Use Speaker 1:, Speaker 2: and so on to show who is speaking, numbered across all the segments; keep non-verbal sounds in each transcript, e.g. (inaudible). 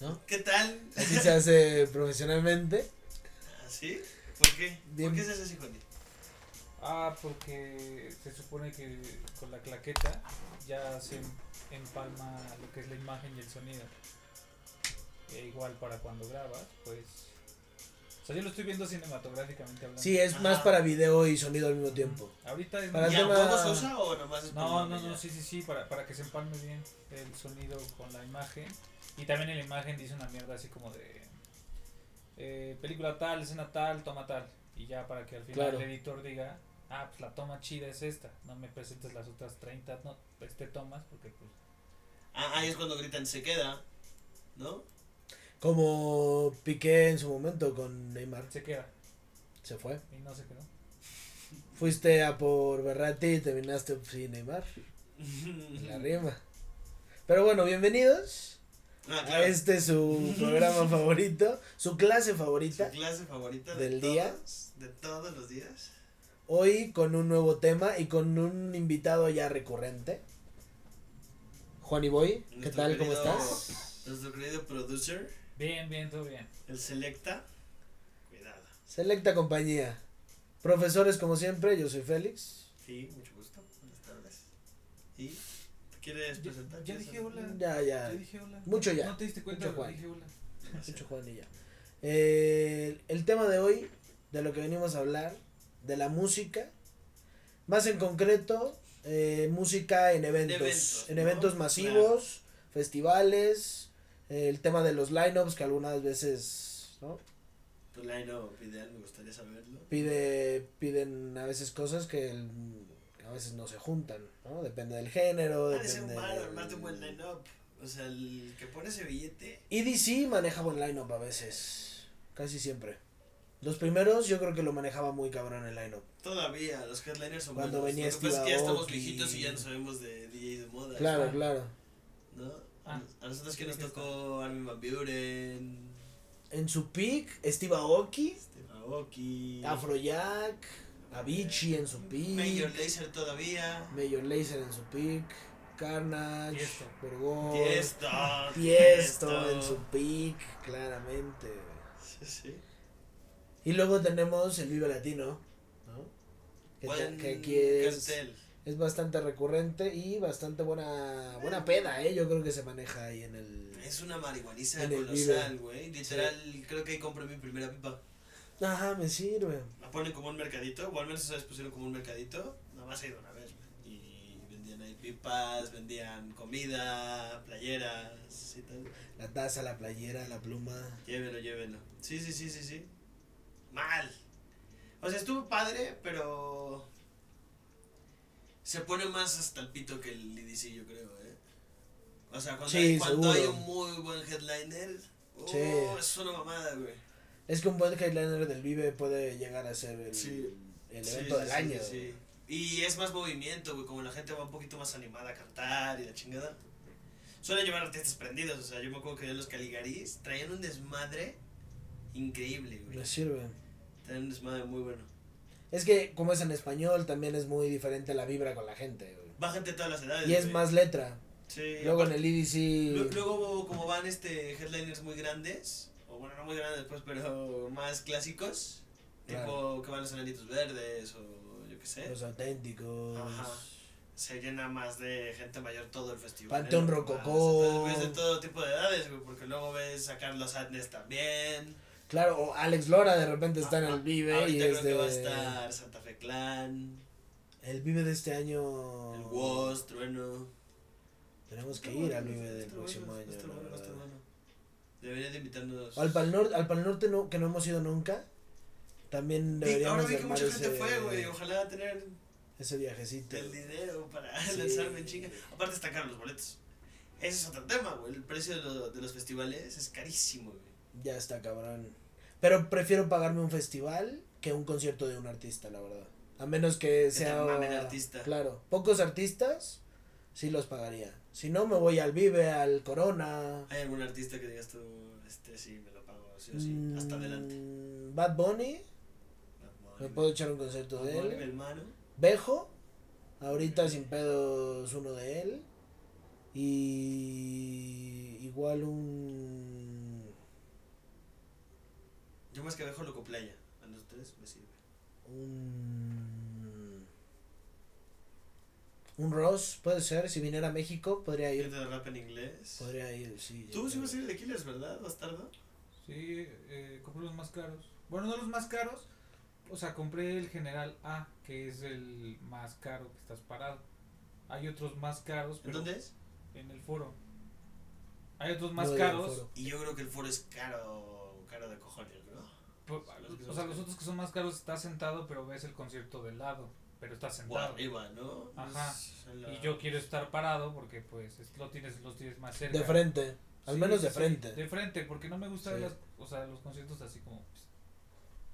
Speaker 1: ¿no?
Speaker 2: ¿Qué tal?
Speaker 1: Así se hace profesionalmente.
Speaker 2: ¿Sí? ¿Por qué?
Speaker 1: Bien.
Speaker 2: ¿Por qué se hace así, Juan?
Speaker 3: Ah, porque se supone que con la claqueta ya se em- empalma lo que es la imagen y el sonido. E igual para cuando grabas, pues... O sea, yo lo estoy viendo cinematográficamente hablando.
Speaker 1: Sí, es
Speaker 2: Ajá.
Speaker 1: más para video y sonido al mismo tiempo.
Speaker 3: Ahorita es
Speaker 1: Para
Speaker 3: más-
Speaker 2: ¿Y
Speaker 1: el
Speaker 2: a
Speaker 1: tema-
Speaker 2: huevo se usa o nomás es
Speaker 3: No,
Speaker 2: por
Speaker 3: no,
Speaker 2: donde
Speaker 3: no,
Speaker 2: ya?
Speaker 3: sí, sí, sí, para, para que se empalme bien el sonido con la imagen. Y también en la imagen dice una mierda así como de eh, película tal, escena tal, toma tal. Y ya para que al final
Speaker 1: Claro.
Speaker 3: el editor diga, ah, pues la toma chida es esta, no me presentes las otras 30, no, pues te tomas porque pues...
Speaker 2: Ah, ahí es cuando gritan se queda, ¿no?
Speaker 1: Como Piqué en su momento con Neymar.
Speaker 3: Se queda
Speaker 1: Se fue.
Speaker 3: y no se quedó.
Speaker 1: Fuiste a por Berrati y terminaste sin Neymar. La rima. Pero bueno, bienvenidos
Speaker 2: Ah,
Speaker 1: a
Speaker 2: claro.
Speaker 1: este su
Speaker 2: (laughs)
Speaker 1: programa favorito, su clase
Speaker 2: Su
Speaker 1: favorita.
Speaker 2: clase favorita
Speaker 1: del
Speaker 2: de
Speaker 1: día.
Speaker 2: todos, de todos los días.
Speaker 1: Hoy con un nuevo tema y con un invitado ya recurrente. Juan y Boy, ¿qué
Speaker 2: Nuestro
Speaker 1: tal? ¿Cómo
Speaker 2: querido-
Speaker 1: estás?
Speaker 2: Nuestro querido producer,
Speaker 3: Bien, bien, todo bien.
Speaker 2: el Selecta. Cuidado.
Speaker 1: Selecta compañía. Profesores como siempre, yo soy Félix.
Speaker 2: Sí, mucho gusto. Buenas tardes. ¿Y? ¿Te quieres
Speaker 3: Ya-
Speaker 2: presentar?
Speaker 3: ya
Speaker 2: ¿Quieres
Speaker 3: dije
Speaker 2: hacer-
Speaker 3: hola.
Speaker 1: Ya, ya.
Speaker 3: Yo dije hola.
Speaker 1: Mucho ya.
Speaker 3: No te diste cuenta,
Speaker 1: Mucho
Speaker 3: pero
Speaker 1: Juan.
Speaker 3: dije hola.
Speaker 1: Mucho Juan y ya. Eh, el tema de hoy, de lo que venimos a hablar, de la música, más en concreto, eh, música en eventos,
Speaker 2: eventos,
Speaker 1: en
Speaker 2: ¿no?
Speaker 1: eventos masivos, festivales, eh, el tema de los lineups que algunas veces ¿no?
Speaker 2: Tu line up ideal, me gustaría saberlo.
Speaker 1: Pide, piden a veces cosas que el- a veces no se juntan, ¿no? depende del género.
Speaker 2: Ha de ser
Speaker 1: depende
Speaker 2: un bar,
Speaker 1: del-
Speaker 2: armarte un buen line up. O sea, el que pone ese billete.
Speaker 1: E EDC maneja buen lineup a veces. Casi siempre. Los primeros yo creo que lo manejaba muy cabrón el lineup.
Speaker 2: Todavía, los headliners son
Speaker 1: Cuando
Speaker 2: buenos.
Speaker 1: venía
Speaker 2: Lo que pasa es que ya
Speaker 1: Steve
Speaker 2: estamos
Speaker 1: Aoki.
Speaker 2: viejitos y ya no sabemos de DJs de moda.
Speaker 1: Claro,
Speaker 3: Ajá.
Speaker 1: claro.
Speaker 2: ¿No?
Speaker 3: Ah,
Speaker 2: a nosotros
Speaker 3: sí,
Speaker 2: que nos
Speaker 3: sí,
Speaker 2: tocó Armin Van Buren,
Speaker 1: En su peak, Steve Aoki,
Speaker 2: Steve Aoki,
Speaker 1: Afrojack, Avicii en su
Speaker 2: Major
Speaker 1: peak,
Speaker 2: Lazer todavía,
Speaker 1: Major Lazer en su peak, Carnage,
Speaker 3: Tiesto.
Speaker 1: Vergón,
Speaker 2: Tiesto,
Speaker 1: Tiesto en su peak, claramente.
Speaker 2: Sí, sí.
Speaker 1: Y luego tenemos el Vive Latino, ¿no? Que, ta-
Speaker 2: Buen
Speaker 1: que aquí es...
Speaker 2: cartel.
Speaker 1: es bastante recurrente y bastante buena buena peda, ¿eh? Yo creo que se maneja ahí en el...
Speaker 2: Es una marihuaniza
Speaker 1: En el
Speaker 2: colosal, güey. Literal, creo que ahí compré mi primera pipa.
Speaker 1: Ajá, me sirve.
Speaker 2: La ponen como un mercadito, o al menos esa vez pusieron como un mercadito. Nada más he ido una vez, güey. Y vendían ahí pipas, vendían comida, playeras y tal.
Speaker 1: La taza, la playera, la pluma.
Speaker 2: Llévelo, llévelo. Sí, sí, sí, sí, sí. Mal. O sea, estuvo padre, pero. Se pone más hasta el pito que el EDC, yo creo, ¿eh? O sea, cuando,
Speaker 1: Sí,
Speaker 2: hay, cuando hay
Speaker 1: seguro.
Speaker 2: un muy buen headliner. Oh,
Speaker 1: Sí.
Speaker 2: Es una mamada, güey.
Speaker 1: Es que un buen headliner del Vive puede llegar a ser el,
Speaker 2: Sí.
Speaker 1: el
Speaker 2: Sí,
Speaker 1: evento
Speaker 2: sí,
Speaker 1: del
Speaker 2: sí,
Speaker 1: año.
Speaker 2: sí, sí. Y es más movimiento, güey. Como la gente va un poquito más animada a cantar y la chingada. Suelen llevar artistas prendidos. O sea, yo me acuerdo que los Caligaris traían un desmadre increíble, güey.
Speaker 1: Me sirve.
Speaker 2: Traían un desmadre muy bueno.
Speaker 1: Es que como es en español también es muy diferente la vibra con la gente. güey.
Speaker 2: Va gente de todas las edades.
Speaker 1: Y es
Speaker 2: güey.
Speaker 1: más letra.
Speaker 2: Sí,
Speaker 1: Luego en
Speaker 2: aparte-
Speaker 1: el E
Speaker 2: lu-
Speaker 1: EDC...
Speaker 2: Luego, como van este headliners muy grandes, o bueno, no muy grandes, pues, pero más clásicos, tipo que van los enanitos verdes o yo qué sé,
Speaker 1: Los auténticos.
Speaker 2: ¿eh? Ajá. se llena más de gente mayor todo el festival.
Speaker 1: Panteón
Speaker 2: ¿eh?
Speaker 1: Rococó.
Speaker 2: Más, entonces ves de todo tipo de edades, güey, porque luego ves a Carlos Adnes también.
Speaker 1: Claro, o Alex Lora de repente está en
Speaker 2: Ah,
Speaker 1: el Vive y
Speaker 2: Ahorita
Speaker 1: es
Speaker 2: creo que va a
Speaker 1: de...
Speaker 2: estar Santa Fe Clan,
Speaker 1: El Vive de este año...
Speaker 2: el Woz, Trueno.
Speaker 1: Tenemos que
Speaker 2: Está
Speaker 1: ir
Speaker 2: bueno,
Speaker 1: al Vive del
Speaker 2: está
Speaker 1: próximo
Speaker 2: bueno,
Speaker 1: año.
Speaker 2: está
Speaker 1: la
Speaker 2: bueno, está
Speaker 1: verdad.
Speaker 2: bueno. Deberían de invitarnos.
Speaker 1: Pues, Al Pal Norte, al Pal Norte no, que no hemos ido nunca. También
Speaker 2: Vi-
Speaker 1: deberíamos
Speaker 2: Ahora vi
Speaker 1: de
Speaker 2: que
Speaker 1: armar
Speaker 2: mucha gente
Speaker 1: ese-
Speaker 2: fue, güey. Ojalá tener
Speaker 1: ese viajecito.
Speaker 2: el dinero para (laughs)
Speaker 1: Sí.
Speaker 2: lanzarme en chinga. Aparte, están caros los boletos. Ese es otro tema, güey. El precio de, lo- de los festivales es carísimo, güey.
Speaker 1: Ya está cabrón. Pero prefiero pagarme un festival que un concierto de un artista, la verdad. A menos que
Speaker 2: te
Speaker 1: sea
Speaker 2: mame el artista.
Speaker 1: Claro, pocos artistas sí los pagaría. Si no me voy al Vive, al Corona.
Speaker 2: ¿Hay algún artista que digas tú, este sí, me lo pago, sí o sí? Hasta
Speaker 1: mm,
Speaker 2: adelante.
Speaker 1: Bad Bunny,
Speaker 2: Bad
Speaker 1: me
Speaker 2: Bunny,
Speaker 1: puedo echar un concierto
Speaker 2: Bad
Speaker 1: de
Speaker 2: Bunny,
Speaker 1: él.
Speaker 2: mi hermano.
Speaker 1: Bejo, ahorita sin pedos uno de él. Y igual un
Speaker 2: más que dejo loco playa. A los tres me sirve.
Speaker 1: Un. Un Ross, puede ser. Si viniera a México, podría
Speaker 2: Yo
Speaker 1: ir.
Speaker 2: de rap en inglés.
Speaker 1: Podría ir, sí.
Speaker 2: Tú
Speaker 1: yo
Speaker 2: sí
Speaker 1: creo.
Speaker 2: vas a ir de Killers, ¿verdad, bastardo?
Speaker 3: Sí, eh, compré los más caros. Bueno, no los más caros. O sea, compré el General A, que es el más caro que estás parado. Hay otros más caros,
Speaker 2: ¿En
Speaker 3: pero
Speaker 2: dónde es?
Speaker 3: en el foro. Hay otros más
Speaker 1: No, del
Speaker 3: caros.
Speaker 1: foro.
Speaker 2: Y yo creo que el foro es caro, caro de cojones, ¿no?
Speaker 3: po-
Speaker 2: Los que
Speaker 3: O
Speaker 2: son
Speaker 3: sea,
Speaker 2: más
Speaker 3: los otros que son más caros estás sentado, pero ves el concierto de lado. Pero estás
Speaker 2: O
Speaker 3: sentado.
Speaker 2: arriba, ¿no?
Speaker 3: Ajá.
Speaker 2: Es en la-
Speaker 3: Y yo quiero estar parado porque pues es- lo tienes, los tienes más cerca.
Speaker 1: De frente. Al
Speaker 3: Sí,
Speaker 1: menos
Speaker 3: sí,
Speaker 1: de
Speaker 3: sí,
Speaker 1: frente.
Speaker 3: de frente, porque no me gustan
Speaker 1: Sí.
Speaker 3: las, o sea, los conciertos así como, pues,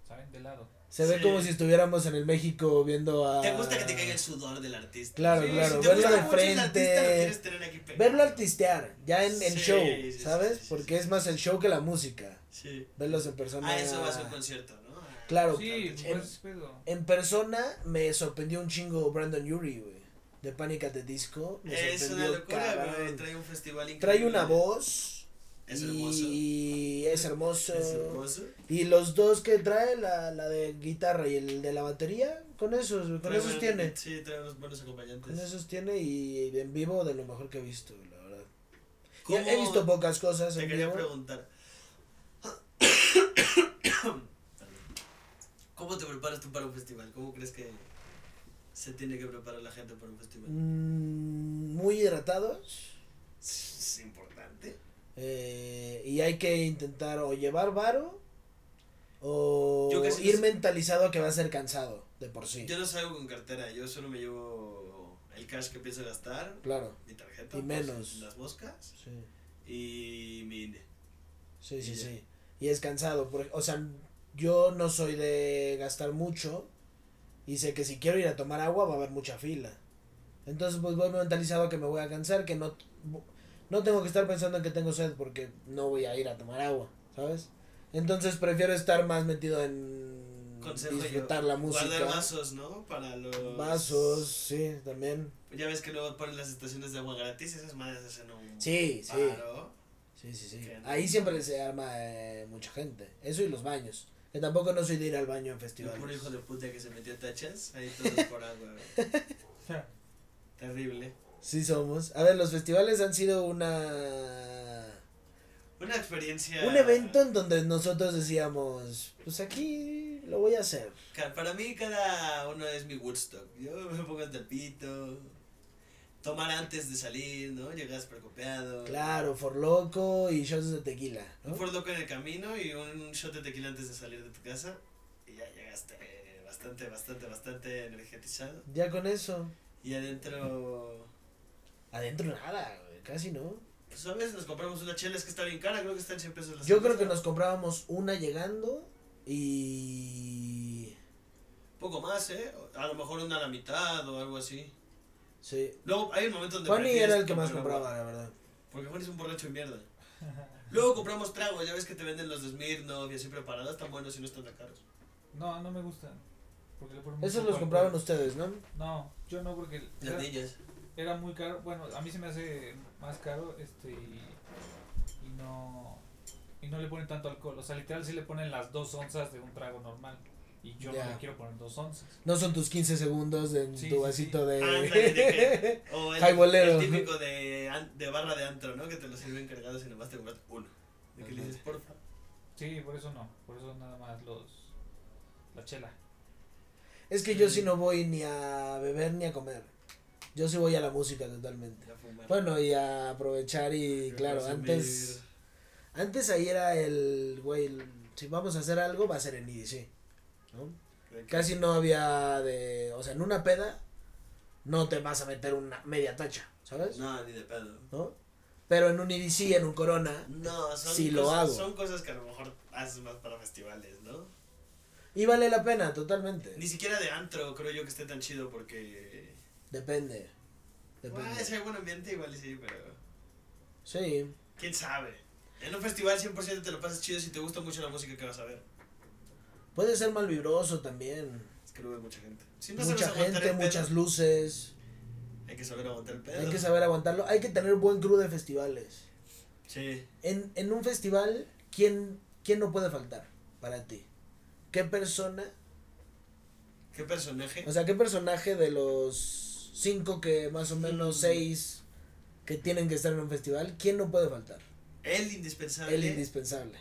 Speaker 3: ¿saben? De lado.
Speaker 1: Se ve
Speaker 2: Sí.
Speaker 1: como si estuviéramos en el México viendo a.
Speaker 2: Te gusta que te caiga el sudor del artista.
Speaker 1: Claro,
Speaker 3: Sí, claro,
Speaker 2: te
Speaker 3: verlo
Speaker 2: gusta
Speaker 1: de
Speaker 2: mucho el artista,
Speaker 1: frente.
Speaker 2: lo quieres tener aquí pegado.
Speaker 1: Verlo artistear, ya en el
Speaker 2: Sí,
Speaker 1: show,
Speaker 2: sí, sí,
Speaker 1: ¿sabes?
Speaker 2: sí, sí,
Speaker 1: Porque es más el show que la música.
Speaker 2: Sí.
Speaker 1: Verlos en persona.
Speaker 2: Ah, eso va a ser un concierto, ¿no? Ah,
Speaker 1: Claro.
Speaker 3: Sí,
Speaker 2: claro,
Speaker 3: pues pedo.
Speaker 1: En persona me sorprendió un chingo Brandon Yuri, güey. De Panic at the Disco. Me
Speaker 2: Es una
Speaker 1: sorprendió,
Speaker 2: locura,
Speaker 1: cabrón.
Speaker 2: güey. Trae un festival increíble.
Speaker 1: Trae una voz.
Speaker 2: Es
Speaker 1: y
Speaker 2: hermoso.
Speaker 1: y es hermoso.
Speaker 2: Es hermoso.
Speaker 1: Y los dos que trae, la, la de guitarra y el de la batería, con esos, güey, con
Speaker 2: Trae
Speaker 1: esos
Speaker 2: buen-
Speaker 1: tiene.
Speaker 2: Sí, trae unos buenos acompañantes.
Speaker 1: Con esos tiene y en vivo de lo mejor que he visto, güey, la verdad. Y
Speaker 2: ¿Cómo-
Speaker 1: He visto pocas cosas
Speaker 2: Te
Speaker 1: en
Speaker 2: quería
Speaker 1: vivo.
Speaker 2: preguntar. (coughs) ¿Cómo te preparas tú para un festival? ¿Cómo crees que se tiene que preparar la gente para un festival?
Speaker 1: Mm, muy hidratados.
Speaker 2: Es importante.
Speaker 1: eh, y hay que intentar o llevar varo o
Speaker 2: Yo casi
Speaker 1: ir
Speaker 2: no sé.
Speaker 1: mentalizado a que va a ser cansado de por sí.
Speaker 2: Yo no salgo con cartera, yo solo me llevo el cash que pienso gastar,
Speaker 1: Claro.
Speaker 2: mi tarjeta,
Speaker 1: Y
Speaker 2: por
Speaker 1: menos.
Speaker 2: las moscas
Speaker 1: Sí,
Speaker 2: y mi INE.
Speaker 1: sí, sí.
Speaker 2: Y ya.
Speaker 1: sí. Y es cansado. por- o sea, yo no soy de gastar mucho y sé que si quiero ir a tomar agua va a haber mucha fila. Entonces pues voy mentalizado a que me voy a cansar, que no, no tengo que estar pensando en que tengo sed porque no voy a ir a tomar agua, ¿sabes? Entonces prefiero estar más metido en
Speaker 2: Consejo yo,
Speaker 1: disfrutar la música.
Speaker 2: Guardar vasos, ¿no? Para los...
Speaker 1: Vasos, sí, también.
Speaker 2: Ya ves que luego ponen las estaciones de agua gratis, esas madres hacen un...
Speaker 1: Sí, sí.
Speaker 2: paro.
Speaker 1: Sí, sí, sí.
Speaker 2: Que no.
Speaker 1: Ah, Ahí siempre se arma eh, mucha gente. Eso y los baños. Que tampoco no soy de ir al baño en
Speaker 2: El puro
Speaker 1: festivales.
Speaker 2: hijo de puta que se metió tachas, ahí todos por agua.
Speaker 1: (laughs)
Speaker 2: güey. Terrible.
Speaker 1: Sí somos. A ver, los festivales han sido una...
Speaker 2: Una experiencia.
Speaker 1: Un evento en donde nosotros decíamos, pues aquí lo voy a hacer.
Speaker 2: Ca- Para mí, cada uno es mi Woodstock. Yo me pongo hasta el pito. Tomar antes de salir, ¿no? Llegas precopeado.
Speaker 1: Claro, for loco y shots de tequila. ¿no?
Speaker 2: Un Ford Loco en el camino y un shot de tequila antes de salir de tu casa. Y ya llegaste bastante, bastante, bastante energetizado.
Speaker 1: Ya con eso.
Speaker 2: Y adentro.
Speaker 1: Adentro nada, güey, casi no.
Speaker 2: Pues a veces nos compramos una chela, es que está bien cara, creo que están 100 pesos la
Speaker 1: Yo creo
Speaker 2: cerveza.
Speaker 1: que nos comprábamos una llegando y...
Speaker 2: Poco más, ¿eh? A lo mejor una a la mitad o algo así.
Speaker 1: Sí.
Speaker 2: Luego hay un momento donde.
Speaker 1: Juani
Speaker 2: prefieres
Speaker 1: era el que más
Speaker 2: comprar agua,
Speaker 1: compraba, la verdad.
Speaker 2: Porque Juan es un borracho de mierda. Luego compramos tragos, ya ves que te venden los de Smirnoff y así preparados, tan buenos y no están tan caros.
Speaker 3: No, no me gustan. Porque le ponen
Speaker 1: Esos
Speaker 3: mucho
Speaker 1: los
Speaker 3: alcohol.
Speaker 1: compraban ustedes, ¿no?
Speaker 3: No, yo no porque
Speaker 2: Las
Speaker 3: era,
Speaker 2: niñas.
Speaker 3: era muy caro. Bueno, a mí se me hace más caro este y, y no y no le ponen tanto alcohol. O sea, literal sí le ponen las dos onzas de un trago normal. Y yo
Speaker 1: Ya.
Speaker 3: no le quiero poner dos onzas.
Speaker 1: No son tus 15 segundos en
Speaker 3: Sí,
Speaker 1: tu
Speaker 3: sí,
Speaker 1: vasito de... (laughs)
Speaker 2: Ándale, ¿de O el,
Speaker 1: Highbolero.
Speaker 2: el típico de, an- de barra de antro, ¿no? Que te lo sirven cargados y nomás te compras uno. De que le dices, porfa.
Speaker 3: Sí, por eso no. Por eso nada más los la chela.
Speaker 1: es que yo sí no voy ni a beber ni a comer. Yo sí voy a la música totalmente.
Speaker 2: Ya fumar.
Speaker 1: Bueno, y a aprovechar y claro,
Speaker 2: Consumir.
Speaker 1: antes... Antes ahí era el, güey, el- si vamos a hacer algo va a ser en IDC. ¿no?
Speaker 2: De que-
Speaker 1: Casi no había de... O sea, en una peda no te vas a meter una media tacha, ¿sabes?
Speaker 2: No, ni de pedo.
Speaker 1: ¿No? Pero en un IDC, en un Corona,
Speaker 2: No, son,
Speaker 1: Sí, lo
Speaker 2: cosas,
Speaker 1: hago.
Speaker 2: son cosas que a lo mejor haces más para festivales, ¿no?
Speaker 1: y vale la pena totalmente.
Speaker 2: Ni siquiera de antro creo yo que esté tan chido porque...
Speaker 1: Depende.
Speaker 2: Ah,
Speaker 1: Depende.
Speaker 2: si hay buen ambiente igual y sí, pero...
Speaker 1: Sí.
Speaker 2: ¿Quién sabe? En un festival 100% te lo pasas chido si te gusta mucho la música que vas a ver.
Speaker 1: Puede ser mal vibroso también.
Speaker 2: Es que lo ve mucha gente. Si no
Speaker 1: Mucha
Speaker 2: sabes aguantar
Speaker 1: gente,
Speaker 2: el pedo,
Speaker 1: muchas luces.
Speaker 2: Hay que saber aguantar el pedo.
Speaker 1: Hay que saber aguantarlo. Hay que tener buen crew de festivales.
Speaker 2: Sí.
Speaker 1: En, en un festival, ¿quién, ¿quién no puede faltar? para ti, ¿qué persona,
Speaker 2: ¿Qué personaje?
Speaker 1: o sea, qué personaje de los cinco que más o menos
Speaker 2: Mm.
Speaker 1: seis que tienen que estar en un festival, quién no puede faltar?
Speaker 2: El indispensable.
Speaker 1: El indispensable.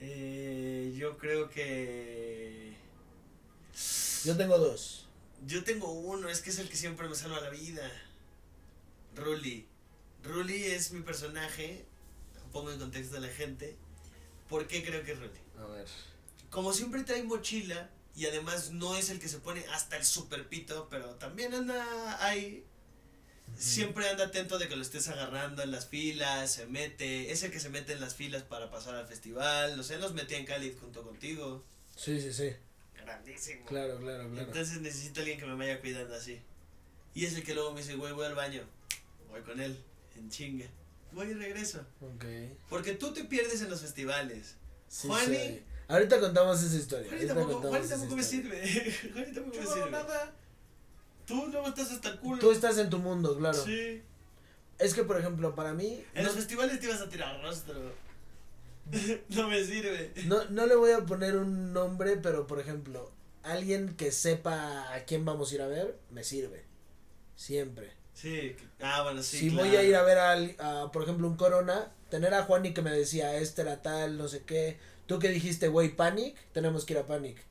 Speaker 2: Eh, yo creo que.
Speaker 1: Yo tengo dos.
Speaker 2: Yo tengo uno, es que es el que siempre me salva la vida. Ruli. Ruli es mi personaje. Pongo en contexto a la gente. ¿Por qué creo que es Ruli?
Speaker 1: A ver.
Speaker 2: Como siempre trae mochila y además no es el que se pone hasta el super pito, pero también anda ahí. Siempre anda atento de que lo estés agarrando en las filas, se mete, es el que se mete en las filas para pasar al festival, o sea, los metía en Cali junto contigo.
Speaker 1: Sí, sí, sí.
Speaker 2: Grandísimo.
Speaker 1: Claro, claro, claro.
Speaker 2: Entonces necesito a alguien que me vaya cuidando así. Y es el que luego me dice, güey, voy al baño. Voy con él, en chinga. Voy y regreso.
Speaker 1: Ok.
Speaker 2: Porque tú te pierdes en los festivales.
Speaker 1: Sí,
Speaker 2: Juani.
Speaker 1: sí. Ahorita contamos esa historia.
Speaker 2: Juanita
Speaker 1: ahorita
Speaker 2: tampoco,
Speaker 1: contamos
Speaker 2: Juanita
Speaker 1: esa
Speaker 2: tampoco me
Speaker 1: historia.
Speaker 2: sirve. (laughs) Juanita tampoco me
Speaker 3: Yo no hago
Speaker 2: sirve.
Speaker 3: nada.
Speaker 2: Tú luego estás hasta el culo.
Speaker 1: Tú estás en tu mundo, claro.
Speaker 2: Sí.
Speaker 1: Es que, por ejemplo, para mí,
Speaker 2: En
Speaker 1: no,
Speaker 2: los festivales te ibas a tirar rostro. (laughs) no me sirve.
Speaker 1: no, no le voy a poner un nombre, pero por ejemplo, alguien que sepa a quién vamos a ir a ver, me sirve. Siempre.
Speaker 2: Sí. Ah, bueno, sí.
Speaker 1: si voy a ir a ver a, al- a, por ejemplo, un Corona, tener a Juani que me decía, este era tal, no sé qué. Tú que dijiste, güey, Panic, tenemos que ir a Panic.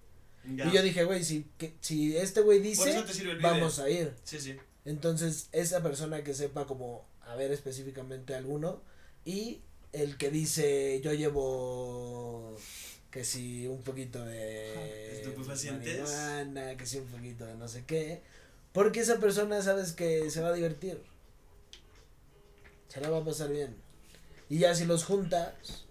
Speaker 1: Y yo dije, güey, si, que- si este güey dice,
Speaker 2: eso te sirve el video.
Speaker 1: vamos a ir.
Speaker 2: Sí, sí.
Speaker 1: Entonces, esa persona que sepa como a ver específicamente alguno y el que dice yo llevo que si un poquito de
Speaker 2: Estupefacientes.
Speaker 1: marihuana, que si un poquito de no sé qué, porque esa persona sabes que se va a divertir. Se la va a pasar bien. Y ya si los juntas,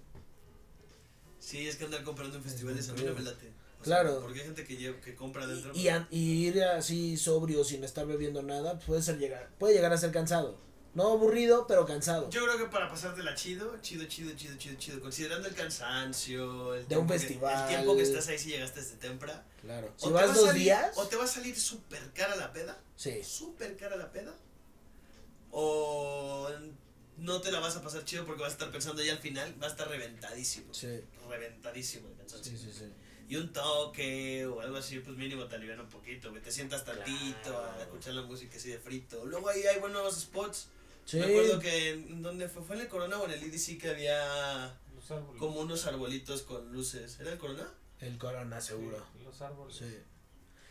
Speaker 2: Sí, es que andar comprando en
Speaker 1: Es
Speaker 2: festivales a mí
Speaker 1: muy
Speaker 2: no me
Speaker 1: crudo.
Speaker 2: late. O sea,
Speaker 1: Claro.
Speaker 2: porque hay gente que, lleva, que compra dentro.
Speaker 1: y, y an- y ir así sobrio sin estar bebiendo nada, pues puede ser llegar, puede llegar a ser cansado. No aburrido, pero cansado.
Speaker 2: Yo creo que para pasártela chido, chido, chido, chido, chido, chido, considerando el cansancio, el,
Speaker 1: De
Speaker 2: tiempo
Speaker 1: un
Speaker 2: que-
Speaker 1: festival.
Speaker 2: el tiempo que estás ahí si llegaste desde temprano.
Speaker 1: Claro.
Speaker 2: O
Speaker 1: Si
Speaker 2: te va
Speaker 1: vas
Speaker 2: a
Speaker 1: dos
Speaker 2: salir-
Speaker 1: días,
Speaker 2: O te va a salir súper cara la peda,
Speaker 1: sí.
Speaker 2: súper cara la peda. O no te la vas a pasar chido porque vas a estar pensando ya al final, va a estar reventadísimo.
Speaker 1: Sí,
Speaker 2: Reventadísimo el cansancio.
Speaker 1: sí, sí, sí.
Speaker 2: Y un toque o algo así, pues mínimo te alivian un poquito, güey. Te sientas tantito a escuchar la música así de frito. Luego ahí hay buenos spots.
Speaker 1: Sí,
Speaker 2: Me acuerdo que en donde fue, fue en el Corona o en el EDC que había
Speaker 3: Los árboles.
Speaker 2: como unos arbolitos con luces. ¿Era el Corona?
Speaker 1: el corona
Speaker 3: Sí,
Speaker 1: seguro.
Speaker 3: los árboles.
Speaker 1: Sí.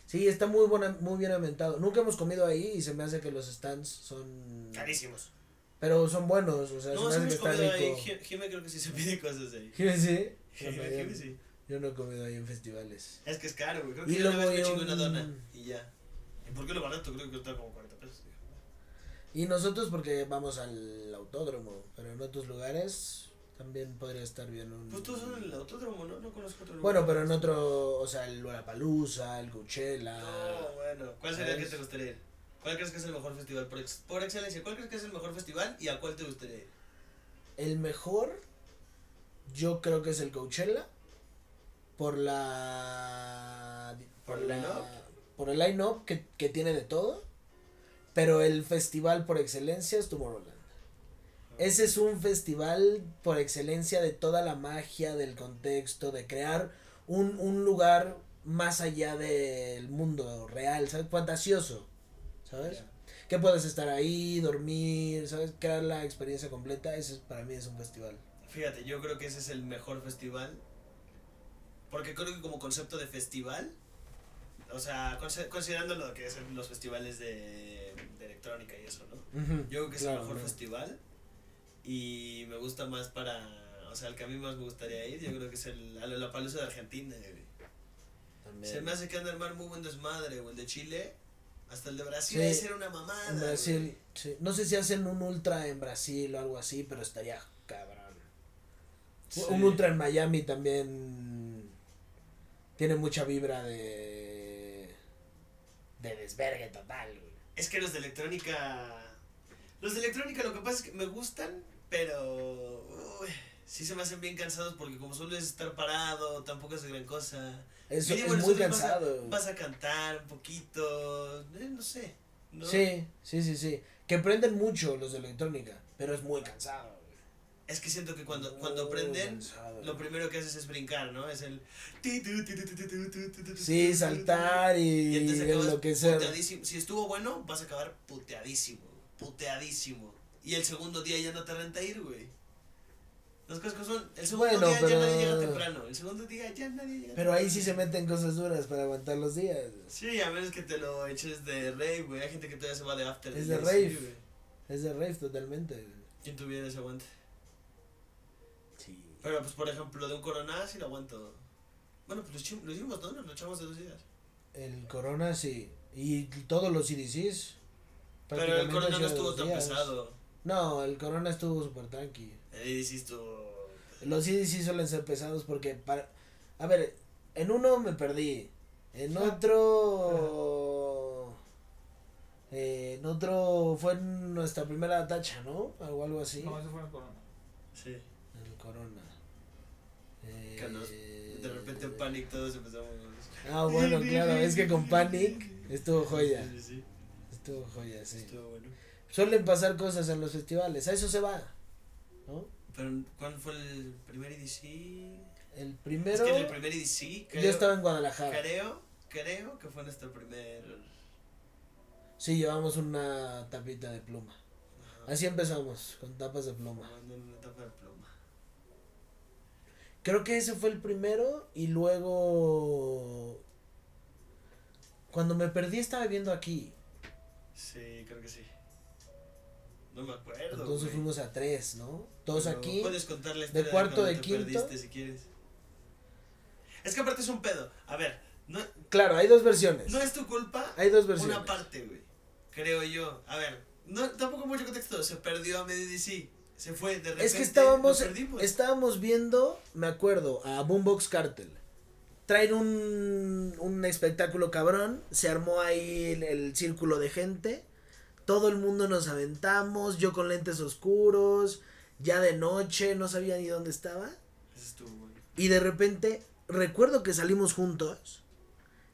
Speaker 1: Sí, está muy buena, muy bien ambientado. Nunca hemos comido ahí y se me hace que los stands son
Speaker 2: Carísimos.
Speaker 1: Pero son buenos, o sea,
Speaker 2: No,
Speaker 1: se
Speaker 2: sí
Speaker 1: me
Speaker 2: hemos
Speaker 1: hace que
Speaker 2: comido
Speaker 1: está
Speaker 2: ahí.
Speaker 1: rico.
Speaker 2: Jim- Jime creo que sí se pide cosas de ahí.
Speaker 1: Jime, (laughs) sí. Yo no,
Speaker 2: Jime,
Speaker 1: yo-
Speaker 2: Jime sí.
Speaker 1: Yo no he comido ahí en festivales.
Speaker 2: Es que es caro, güey. Creo
Speaker 1: Y
Speaker 2: que yo una
Speaker 1: luego
Speaker 2: vez me
Speaker 1: hay
Speaker 2: chingué una
Speaker 1: un-
Speaker 2: dona y ya. ¿Y por qué lo barato? Creo que está como 40 pesos. tío.
Speaker 1: Y nosotros porque vamos al autódromo, pero en otros lugares también podría estar bien un
Speaker 2: Pues todos son en el autódromo, ¿no? No conozco otro lugar.
Speaker 1: Bueno, pero en otro, o sea, el Lollapalooza, el Coachella.
Speaker 2: No, bueno. ¿Cuál sería el que
Speaker 1: ¿Sabes?
Speaker 2: te gustaría ir? ¿Cuál crees que es el mejor festival por, ex- por excelencia? ¿Cuál crees que es el mejor festival y a cuál te gustaría ir?
Speaker 1: El mejor, yo creo que es el Coachella. Por la.
Speaker 2: ¿Por el line-up?
Speaker 1: Por el line-up que, que tiene de todo. Pero el festival por excelencia es Tomorrowland. Ese es un festival por excelencia de toda la magia, del contexto, de crear un, un lugar más allá del mundo real, ¿sabes? Fantasioso, ¿sabes?
Speaker 2: Ya.
Speaker 1: Que puedes estar ahí, dormir, ¿sabes? Crear la experiencia completa, eso es- para mí es un festival.
Speaker 2: Fíjate, yo creo que ese es el mejor festival. Porque creo que como concepto de festival, o sea, conse- considerando lo que es el- los festivales de, de electrónica y eso, ¿no? Yo creo que es el mejor festival y me gusta más para, o sea, el que a mí más me gustaría ir, yo creo que es el a la palusa de Argentina. güey. Se me hace que han de armar muy buen desmadre, o el de Chile, hasta el de
Speaker 1: Sí.
Speaker 2: Brasil, debe ser una mamada.
Speaker 1: En Brasil, sí. No sé si hacen un ultra en Brasil o algo así, pero estaría cabrón.
Speaker 2: güey.
Speaker 1: Un
Speaker 2: Sí.
Speaker 1: ultra en Miami también tiene mucha vibra de. de desvergue total, güey.
Speaker 2: Es que los de electrónica. Los de electrónica lo que pasa es que me gustan, pero. uy, sí se me hacen bien cansados porque como solo es estar parado, tampoco es gran cosa.
Speaker 1: Eso
Speaker 2: Mínimo
Speaker 1: es muy
Speaker 2: nosotros vas a-
Speaker 1: cansado. güey.
Speaker 2: Vas a cantar un poquito. eh, no sé. ¿no?
Speaker 1: Sí, sí, sí, sí. Que prenden mucho los de electrónica, pero es muy cansado. güey.
Speaker 2: Es que siento que cuando, cuando prenden, lo primero que haces es brincar, ¿no? Es el. ti, tu, ti, tu, ti, tu, tu, tu, tu, tu,
Speaker 1: Sí,
Speaker 2: tu,
Speaker 1: saltar
Speaker 2: tu, tu.
Speaker 1: y,
Speaker 2: entonces acabas
Speaker 1: enloquecer.
Speaker 2: puteadísimo. Si estuvo bueno, vas a acabar puteadísimo. Puteadísimo. Y el segundo día ya no te renta ir, güey. Las cosas que son. El segundo
Speaker 1: Bueno,
Speaker 2: día
Speaker 1: pero-
Speaker 2: ya nadie llega temprano. El segundo día ya nadie llega
Speaker 1: Pero ahí sí se
Speaker 2: temprano.
Speaker 1: meten cosas duras para aguantar los días.
Speaker 2: Sí, a menos que te lo eches de rave, güey. Hay gente que todavía se va de after.
Speaker 1: Es de
Speaker 2: del día, sí,
Speaker 1: rave.
Speaker 2: güey.
Speaker 1: Es de rave totalmente.
Speaker 2: ¿Quién tuviera ese aguante?
Speaker 1: Sí.
Speaker 2: Pero, pues, por ejemplo, de un corona sí lo aguanto. Bueno, pues lo, echi- lo hicimos, ¿no? Lo echamos de dos días.
Speaker 1: El corona sí. Y todos los CDCs.
Speaker 2: Pero el
Speaker 1: prácticamente
Speaker 2: corona
Speaker 1: han
Speaker 2: no
Speaker 1: sido
Speaker 2: estuvo
Speaker 1: dos
Speaker 2: tan
Speaker 1: días.
Speaker 2: pesado.
Speaker 1: No, el corona estuvo súper tranqui.
Speaker 2: El IDC estuvo.
Speaker 1: Los CDCs suelen ser pesados porque para... A ver, en uno me perdí. En otro... eh, en otro fue nuestra primera tacha, ¿no? O algo así.
Speaker 3: No, eso fue en el corona.
Speaker 2: Sí.
Speaker 1: El corona. Eh,
Speaker 2: Que nos- De repente, en Panic todos empezamos.
Speaker 1: Ah, bueno, claro, es que con Panic estuvo joya.
Speaker 2: Sí, sí,
Speaker 1: Estuvo joya,
Speaker 2: sí.
Speaker 1: sí.
Speaker 2: Estuvo bueno.
Speaker 1: Suelen pasar cosas en los festivales, a eso se va. ¿No?
Speaker 2: Pero, ¿cuál fue el primer IDC?
Speaker 1: El primero...
Speaker 2: Es que en el primer IDC, creo.
Speaker 1: Yo estaba en Guadalajara.
Speaker 2: Creo, creo que fue nuestro primer.
Speaker 1: Sí, llevamos una tapita de pluma.
Speaker 2: Ajá.
Speaker 1: Así empezamos, con tapas de pluma.
Speaker 2: Tomando una tapa de pluma.
Speaker 1: Creo que ese fue el primero y luego... Cuando me perdí estaba viendo aquí.
Speaker 2: Sí, creo que sí. No me acuerdo.
Speaker 1: Entonces
Speaker 2: güey.
Speaker 1: fuimos a tres, ¿no? Dos
Speaker 2: Pero
Speaker 1: aquí.
Speaker 2: Puedes contar la
Speaker 1: de
Speaker 2: historia
Speaker 1: cuarto,
Speaker 2: cuando
Speaker 1: de
Speaker 2: te
Speaker 1: quinto.
Speaker 2: perdiste, si quieres. Es que aparte es un pedo. A ver, no,
Speaker 1: Claro, hay dos versiones.
Speaker 2: no es tu culpa
Speaker 1: Hay dos versiones.
Speaker 2: una parte, güey. Creo yo. A ver, no, tampoco mucho contexto. Se perdió a MDDC. Se fue, de repente.
Speaker 1: Es que estábamos,
Speaker 2: lo perdimos.
Speaker 1: estábamos viendo, me acuerdo, a Boombox Cartel. Traen un, un espectáculo cabrón, se armó ahí el, el círculo de gente, todo el mundo nos aventamos, yo con lentes oscuros, ya de noche, no sabía ni dónde estaba.
Speaker 2: Ese estuvo bueno.
Speaker 1: Y de repente, recuerdo que salimos juntos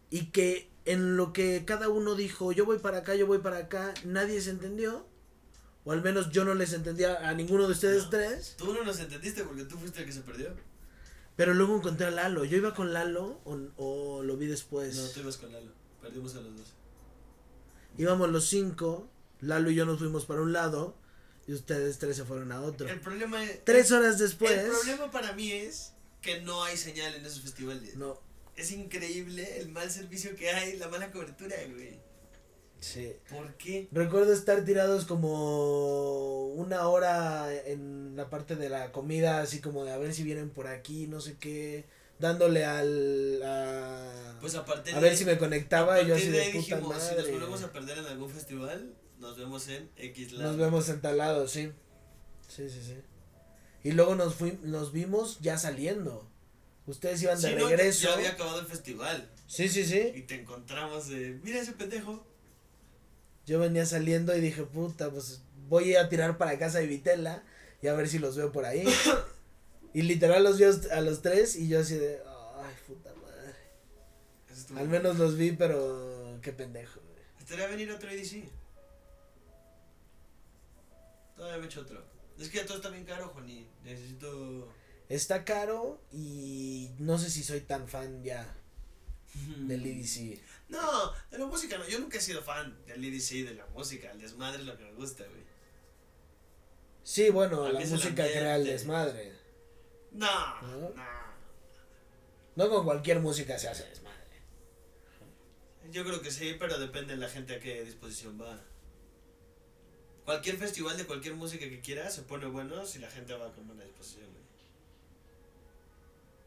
Speaker 1: y que en lo que cada uno dijo, yo voy para acá, yo voy para acá, nadie se entendió. O al menos yo no les entendía a ninguno de ustedes
Speaker 2: No.
Speaker 1: tres.
Speaker 2: Tú no nos entendiste porque tú fuiste el que se perdió.
Speaker 1: Pero luego encontré a Lalo. Yo iba con Lalo o, o lo vi después.
Speaker 2: No, tú ibas con Lalo. Perdimos a los dos.
Speaker 1: Íbamos los cinco. Lalo y yo nos fuimos para un lado. Y ustedes tres se fueron a otro.
Speaker 2: El problema es.
Speaker 1: Tres horas después.
Speaker 2: El problema para mí es que no hay señal en esos festivales.
Speaker 1: No,
Speaker 2: Es increíble el mal servicio que hay, la mala cobertura, güey.
Speaker 1: sí.
Speaker 2: ¿Por qué?
Speaker 1: Recuerdo estar tirados como una hora en la parte de la comida, así como de a ver si vienen por aquí, no sé qué, dándole al... A,
Speaker 2: Pues aparte
Speaker 1: a ver si me conectaba y yo así de puta
Speaker 2: dijimos, si nos
Speaker 1: madre.
Speaker 2: volvemos a perder en algún festival, nos vemos en X lado.
Speaker 1: Nos vemos en tal lado, sí. Sí, sí, sí. Y luego nos, fui, nos vimos ya saliendo. Ustedes iban de
Speaker 2: Sí, no,
Speaker 1: regreso.
Speaker 2: ya había acabado el festival
Speaker 1: Sí, sí, sí.
Speaker 2: y te encontramos de, mira ese pendejo.
Speaker 1: Yo venía saliendo y dije, puta, pues voy a tirar para casa de Vitela y a ver si los veo por
Speaker 2: (coughs)
Speaker 1: ahí. y literal los vi a los tres y yo así de, ay, puta madre.
Speaker 2: Eso estuvo-
Speaker 1: Al menos los vi, pero qué pendejo. güey.
Speaker 2: Estaría a venir otro EDC. Todavía me echo otro. Es que ya todo está bien caro, Juaní. Necesito...
Speaker 1: Está caro y no sé si soy tan fan ya (laughs)
Speaker 2: Mm.
Speaker 1: del E EDC.
Speaker 2: No, de la música no. Yo nunca he sido fan del EDC, de la música. El desmadre es lo que me gusta, güey.
Speaker 1: Sí, bueno,
Speaker 2: A
Speaker 1: la
Speaker 2: mí es el
Speaker 1: música crea el
Speaker 2: ambiente.
Speaker 1: desmadre.
Speaker 2: No,
Speaker 1: ¿No?
Speaker 2: no.
Speaker 1: No con cualquier música se hace desmadre.
Speaker 2: Yo creo que sí, pero depende de la gente a qué disposición va. Cualquier festival de cualquier música que quiera se pone bueno si la gente va con buena disposición, güey.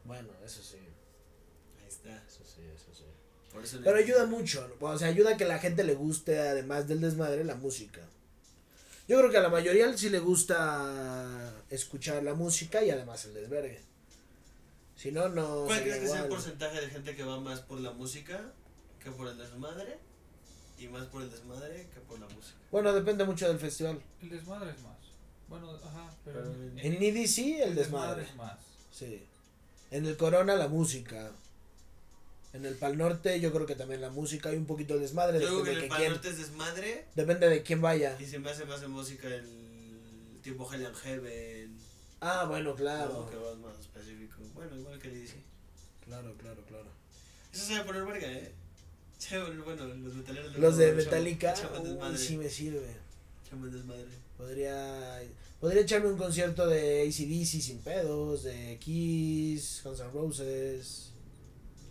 Speaker 1: Bueno, eso sí,
Speaker 2: Ahí está.
Speaker 1: eso sí, eso sí.
Speaker 2: Por eso
Speaker 1: Pero ayuda mucho, ¿no? o sea, ayuda a que la gente le guste, además del desmadre, la música. Yo creo que a la mayoría sí le gusta escuchar la música y además el desvergue. Si no, no.
Speaker 2: ¿Cuál
Speaker 1: sería
Speaker 2: crees que sea el
Speaker 1: igual.
Speaker 2: porcentaje de gente que va más por la música que por el desmadre? Y más por el desmadre que por la música.
Speaker 1: Bueno, depende mucho del festival.
Speaker 3: El desmadre es más. Bueno, ajá, pero.
Speaker 2: Pero
Speaker 3: en-
Speaker 1: En IDI sí, el desmadre.
Speaker 3: es más.
Speaker 1: (laughs) Sí. En el Corona, la música. En el Pal Norte, yo creo que también la música y un poquito el desmadre.
Speaker 2: Yo creo
Speaker 1: Pues Depende de,
Speaker 2: que en el
Speaker 1: que
Speaker 2: Pal
Speaker 1: quién,
Speaker 2: Norte es desmadre
Speaker 1: depende de quién vaya.
Speaker 2: y se me hace más en música el tipo Hell and Heaven.
Speaker 1: Ah, bueno,
Speaker 2: Claro.
Speaker 1: claro.
Speaker 2: que vas más específico. Bueno, igual que DC.
Speaker 1: Claro, claro, claro.
Speaker 2: Eso se va a poner verga, eh. (laughs) Se va a poner bueno, los metaleros.
Speaker 1: Los de
Speaker 2: luego
Speaker 1: Metallica,
Speaker 2: Echan echan
Speaker 1: uy,
Speaker 2: desmadre.
Speaker 1: sí me sirve.
Speaker 2: echan desmadre.
Speaker 1: Podría, podría echarme un concierto de ACDC sin pedos, de Kiss, Guns N' Roses,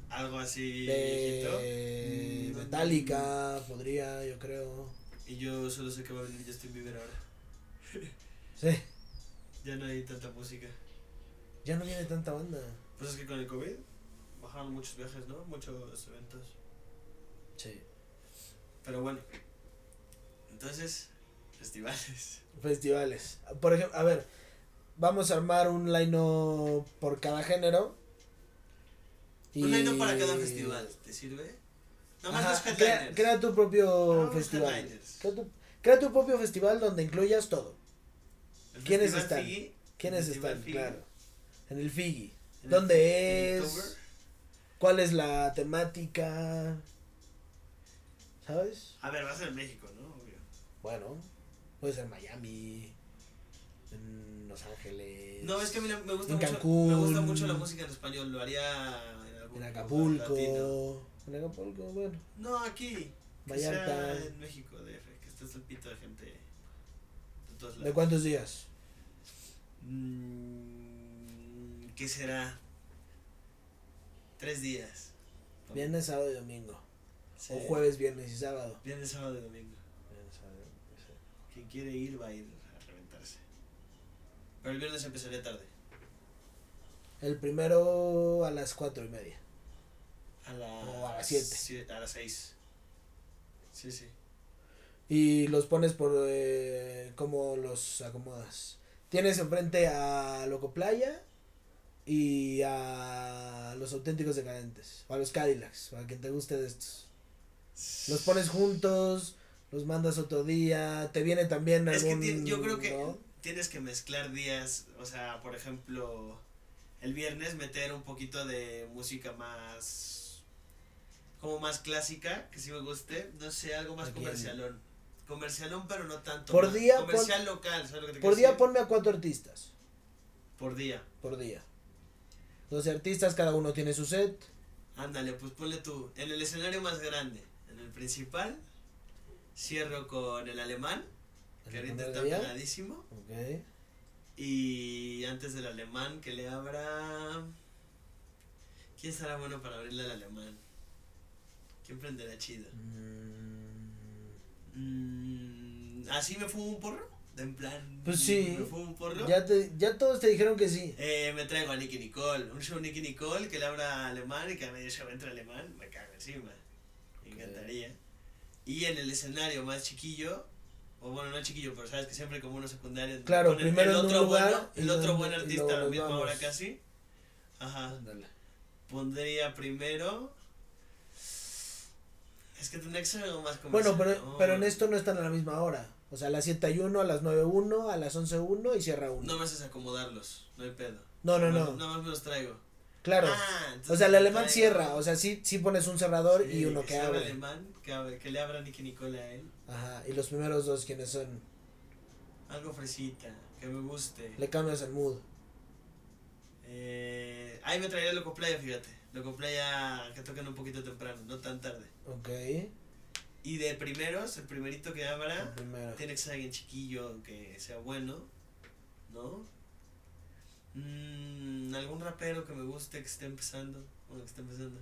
Speaker 2: Algo así, viejito.
Speaker 1: de
Speaker 2: Mm,
Speaker 1: Metallica, podría, yo creo.
Speaker 2: Y yo solo sé que va a venir Justin Bieber ahora.
Speaker 1: Sí,
Speaker 2: Ya no hay tanta música.
Speaker 1: ya no viene tanta banda.
Speaker 2: Pues es que con el COVID bajaron muchos viajes, ¿no? Muchos eventos.
Speaker 1: Sí.
Speaker 2: Pero bueno. Entonces, festivales.
Speaker 1: Festivales. Por ejemplo, a ver, vamos a armar un line por cada género.
Speaker 2: Un
Speaker 1: Y-
Speaker 2: line para cada festival, ¿te sirve? Nada más
Speaker 1: Ajá,
Speaker 2: los
Speaker 1: crea,
Speaker 2: headliners.
Speaker 1: crea tu propio
Speaker 2: Ah, los
Speaker 1: festival.
Speaker 2: headliners.
Speaker 1: Crea tu, crea tu propio festival donde incluyas todo.
Speaker 2: El
Speaker 1: ¿quiénes
Speaker 2: Festival
Speaker 1: están?
Speaker 2: Figi,
Speaker 1: ¿Quiénes
Speaker 2: Festival
Speaker 1: están?
Speaker 2: Figi,
Speaker 1: Claro. En el Figi.
Speaker 2: en el
Speaker 1: ¿Dónde
Speaker 2: Figi
Speaker 1: es?
Speaker 2: October.
Speaker 1: ¿Cuál es la temática? ¿Sabes?
Speaker 2: A ver, va a ser en México, ¿no? Obvio.
Speaker 1: Bueno, puede ser Miami, en Los Ángeles.
Speaker 2: No, es que a mí la- me gusta,
Speaker 1: En
Speaker 2: mucho,
Speaker 1: Cancún.
Speaker 2: me gusta mucho la música en español. Lo haría en algún
Speaker 1: En
Speaker 2: lugar
Speaker 1: Acapulco.
Speaker 2: latino.
Speaker 1: En Acapulco, bueno.
Speaker 2: No, aquí. Que
Speaker 1: Vallarta.
Speaker 2: sea en México, DF, que estés el pito de gente de todos
Speaker 1: ¿De
Speaker 2: lados.
Speaker 1: cuántos días?
Speaker 2: Mm, ¿Qué será? Tres días.
Speaker 1: Viernes, sábado y domingo.
Speaker 2: Sí.
Speaker 1: O jueves, viernes y sábado.
Speaker 2: Viernes, sábado y domingo. Quien quiere ir va a ir a reventarse. Pero el viernes empezaría tarde.
Speaker 1: El primero a las cuatro y media.
Speaker 2: A las...
Speaker 1: O a las siete.
Speaker 2: sie- A las seis. Sí, sí.
Speaker 1: Y los pones por eh, cómo los acomodas. Tienes enfrente a Loco Playa y a los auténticos decadentes. O a los Cadillacs, para quien te guste de estos. Los pones juntos, los mandas otro día. Te viene también
Speaker 2: Es que
Speaker 1: algún.
Speaker 2: tien- yo creo que
Speaker 1: ¿no?
Speaker 2: tienes que mezclar días, o sea, por ejemplo, el viernes meter un poquito de música más como más clásica, que si me guste, no sé, algo más
Speaker 1: Bien.
Speaker 2: comercialón. Comercialón, pero no tanto.
Speaker 1: Por
Speaker 2: más
Speaker 1: día,
Speaker 2: comercial local, ¿sabes lo que te
Speaker 1: Por
Speaker 2: quiero
Speaker 1: día
Speaker 2: decir?
Speaker 1: ponme a cuatro artistas.
Speaker 2: por día.
Speaker 1: Por día. 12 artistas, cada uno tiene su set.
Speaker 2: Ándale, pues ponle tú en el escenario más grande, en el principal. Cierro con el alemán,
Speaker 1: En
Speaker 2: que
Speaker 1: el
Speaker 2: ahorita
Speaker 1: primer
Speaker 2: está
Speaker 1: día.
Speaker 2: pegadísimo.
Speaker 1: Ok.
Speaker 2: Y antes del alemán que le abra. ¿Quién estará bueno para abrirle al alemán? ¿Quién prenderá chido?
Speaker 1: Mm,
Speaker 2: Mm, ¿Así me fumo un porro? En plan.
Speaker 1: Pues sí.
Speaker 2: ¿Me fumo un porro?
Speaker 1: ya, te, ya todos te dijeron que sí.
Speaker 2: Eh, me traigo a Nicky Nicole. Un show Nicky Nicole que le abra alemán y que a medio show entre alemán. Me cago encima. Me
Speaker 1: Ok.
Speaker 2: encantaría. Y en el escenario más chiquillo. O bueno, no chiquillo, pero sabes que siempre como uno secundario.
Speaker 1: Claro,
Speaker 2: ponen
Speaker 1: primero
Speaker 2: el
Speaker 1: en un
Speaker 2: otro
Speaker 1: lugar
Speaker 2: bueno,
Speaker 1: y
Speaker 2: el otro
Speaker 1: luego-
Speaker 2: buen
Speaker 1: y
Speaker 2: artista
Speaker 1: luego
Speaker 2: a la
Speaker 1: nos
Speaker 2: misma
Speaker 1: vamos.
Speaker 2: hora casi. Ajá.
Speaker 1: Ándale.
Speaker 2: Pondría primero. Es que tendría que ser algo más
Speaker 1: Bueno,
Speaker 2: comercial.
Speaker 1: pero,
Speaker 2: ¿no?
Speaker 1: pero en esto no están a la misma hora. O sea, a las 7 hay uno, a las 9 uno, a las 11 uno y cierra uno.
Speaker 2: No me haces acomodarlos, no hay pedo.
Speaker 1: No, no,
Speaker 2: Nada-
Speaker 1: no.
Speaker 2: Nada más me los traigo.
Speaker 1: Claro.
Speaker 2: Ah,
Speaker 1: O
Speaker 2: entonces
Speaker 1: sea, el
Speaker 2: me
Speaker 1: alemán
Speaker 2: traigo-
Speaker 1: cierra. O sea, sí, sí pones un cerrador
Speaker 2: Sí,
Speaker 1: y uno que
Speaker 2: sea un
Speaker 1: abre.
Speaker 2: alemán que, abre- que le abra Nicky Nicole a él.
Speaker 1: Ajá. Y los primeros dos, quienes son.
Speaker 2: Algo fresita, que me guste.
Speaker 1: Le cambias el mood.
Speaker 2: Eh, ahí me traería Loco Playa, fíjate. Loco Playa que toquen un poquito temprano, no tan tarde.
Speaker 1: Ok.
Speaker 2: Y de primeros, el primerito que abra,
Speaker 1: el primero.
Speaker 2: Tiene que ser alguien chiquillo, que sea bueno, ¿no? Mm, algún rapero que me guste, que esté empezando, bueno, que esté empezando.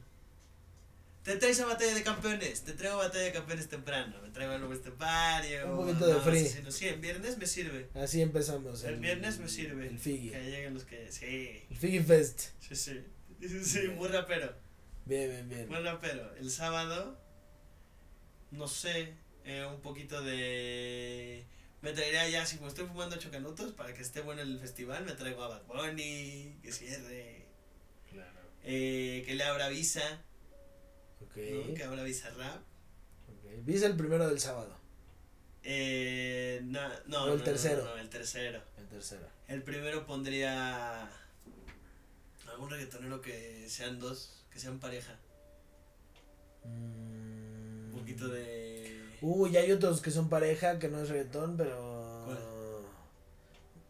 Speaker 2: Te traes a Batalla de Campeones, te traigo a Batalla de Campeones temprano, me traigo al Estepario.
Speaker 1: Un poquito de free.
Speaker 2: Sí, en viernes me sirve,
Speaker 1: Así empezamos.
Speaker 2: el viernes me sirve.
Speaker 1: El Figi.
Speaker 2: Que lleguen los que, sí,
Speaker 1: El Figi Fest.
Speaker 2: sí, sí, sí, buen rapero.
Speaker 1: Bien, bien, bien.
Speaker 2: Bueno, pero el sábado, no sé, eh, un poquito de... Me traería ya, si me estoy fumando chocanutos, para que esté bueno el festival, me traigo a Bad Bunny, que cierre,
Speaker 1: claro.
Speaker 2: eh, que le abra Visa,
Speaker 1: Ok.
Speaker 2: ¿no? que abra Visa Rap.
Speaker 1: ok. Visa el primero del sábado.
Speaker 2: Eh, na- no,
Speaker 1: O el
Speaker 2: no, no,
Speaker 1: tercero.
Speaker 2: No, no, el tercero.
Speaker 1: El tercero.
Speaker 2: El primero pondría algún reggaetonero que sean dos, que sean pareja.
Speaker 1: Mm.
Speaker 2: Un poquito de...
Speaker 1: Uh. Uy, hay otros que son pareja, que no es reggaetón, pero.
Speaker 2: ¿Cuál?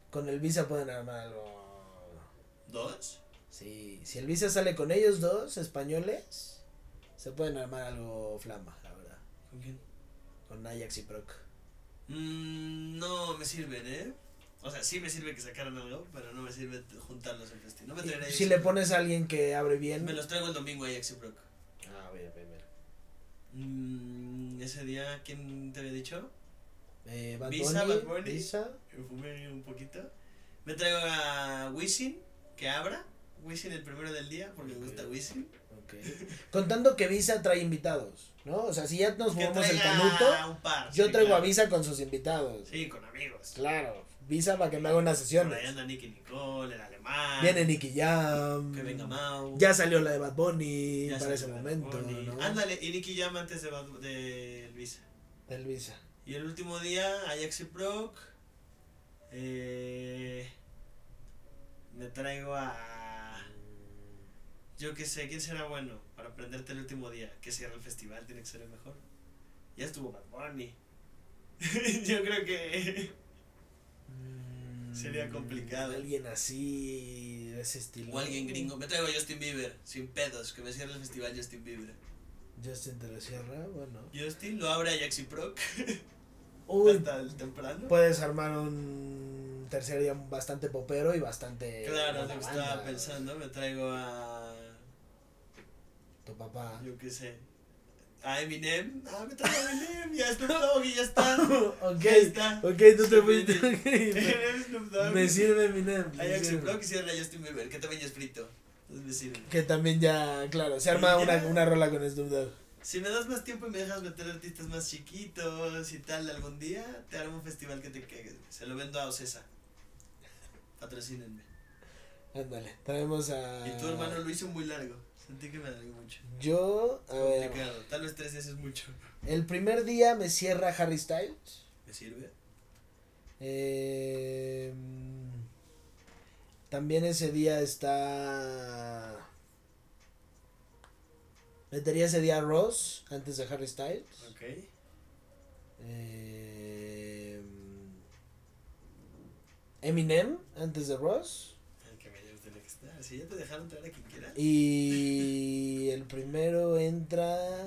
Speaker 1: Con el Visa pueden armar algo.
Speaker 2: ¿Dos?
Speaker 1: Sí, si el Visa sale con ellos dos, españoles, se pueden armar algo flama, la verdad.
Speaker 2: ¿Con quién?
Speaker 1: Con Ajax y Proc.
Speaker 2: Mm, no me sirven, ¿eh? O sea, sí me sirve que sacaran algo, pero no me sirve t- juntarlos en festín. No me traeré
Speaker 1: Si le pones a alguien que abre bien.
Speaker 2: Me los traigo el domingo a Ajax y Brock.
Speaker 1: Ah, bien, bien, bien.
Speaker 2: Mm, ese día, ¿quién te había dicho?
Speaker 1: Eh, Bad
Speaker 2: Visa,
Speaker 1: Bunny,
Speaker 2: Bad Bunny.
Speaker 1: Visa.
Speaker 2: Me fumé un poquito. Me traigo a Wisin, que abra. Wisin el primero del día, porque me gusta
Speaker 1: Ok.
Speaker 2: Wisin.
Speaker 1: Ok. Contando que Visa trae invitados, ¿no? O sea, si ya nos
Speaker 2: Que
Speaker 1: fumamos el
Speaker 2: traiga
Speaker 1: canuto,
Speaker 2: un par,
Speaker 1: yo
Speaker 2: sí,
Speaker 1: traigo a
Speaker 2: claro.
Speaker 1: Visa con sus invitados.
Speaker 2: Sí, con amigos.
Speaker 1: Claro, Visa para que me haga unas
Speaker 2: Por ahí
Speaker 1: sesiones.
Speaker 2: anda Nicky Nicole, el alemán.
Speaker 1: Viene Nicky Jam.
Speaker 2: Que venga Mau.
Speaker 1: Ya salió la de Bad Bunny
Speaker 2: Ya
Speaker 1: para
Speaker 2: salió
Speaker 1: ese
Speaker 2: Bad
Speaker 1: momento,
Speaker 2: Bunny.
Speaker 1: ¿no?
Speaker 2: Ándale, y Nicky llama antes de, Bad- de Visa.
Speaker 1: El Visa.
Speaker 2: Y el último día, Ajax y Proc. Eh, me traigo a. Yo qué sé, ¿quién será bueno para aprenderte el último día? Que cierra el festival, tiene que ser el mejor. Ya estuvo Bad Bunny. (laughs) Yo creo que.
Speaker 1: Mm,
Speaker 2: Sería complicado.
Speaker 1: Alguien así, de ese estilo.
Speaker 2: O alguien gringo. Me traigo a Justin Bieber, sin pedos, que me cierre el festival Justin Bieber.
Speaker 1: Justin de la Sierra, bueno.
Speaker 2: Justin lo abre Ajax y (laughs) Proc
Speaker 1: Uy, Pues
Speaker 2: hasta el temprano.
Speaker 1: puedes armar un tercer día bastante popero y bastante.
Speaker 2: Claro, es
Speaker 1: buena
Speaker 2: lo que
Speaker 1: banda.
Speaker 2: estaba pensando. Me traigo a.
Speaker 1: Tu papá.
Speaker 2: Yo qué sé. A Eminem. Ah, me trajo a Eminem. Ya (laughs) Snoop Dogg y ya está.
Speaker 1: (laughs) ok,
Speaker 2: Ya está.
Speaker 1: ok, tú te
Speaker 2: Se
Speaker 1: fuiste.
Speaker 2: viene.
Speaker 1: ok,
Speaker 2: (laughs) Snoop
Speaker 1: me-
Speaker 2: Dogg.
Speaker 1: (laughs) Me sirve Eminem. me
Speaker 2: Ajax y
Speaker 1: sirve.
Speaker 2: Block hicieron a Justin Bieber, que también ya es frito. Entonces me sirve.
Speaker 1: Que también ya, claro, se arma
Speaker 2: Y ya.
Speaker 1: una, una rola con Snoop Dogg.
Speaker 2: Si me das más tiempo y me dejas meter artistas más chiquitos y tal algún día, te haré un festival que te cague. Se lo vendo a Ocesa. Patrocínenme.
Speaker 1: Ándale, traemos a.
Speaker 2: Y tu hermano lo hizo muy largo. Sentí que me alargó mucho.
Speaker 1: Yo, a ver.
Speaker 2: Complicado. Tal vez tres días es mucho.
Speaker 1: El primer día me cierra Harry Styles.
Speaker 2: ¿Me sirve?
Speaker 1: Eh, también ese día está. Metería ese día a Ross antes de Harry Styles.
Speaker 2: Ok.
Speaker 1: Eh, Eminem antes de Ross.
Speaker 2: El que mayor tiene que estar. Si ya te dejaron traer a quien quieras.
Speaker 1: Y el primero entra.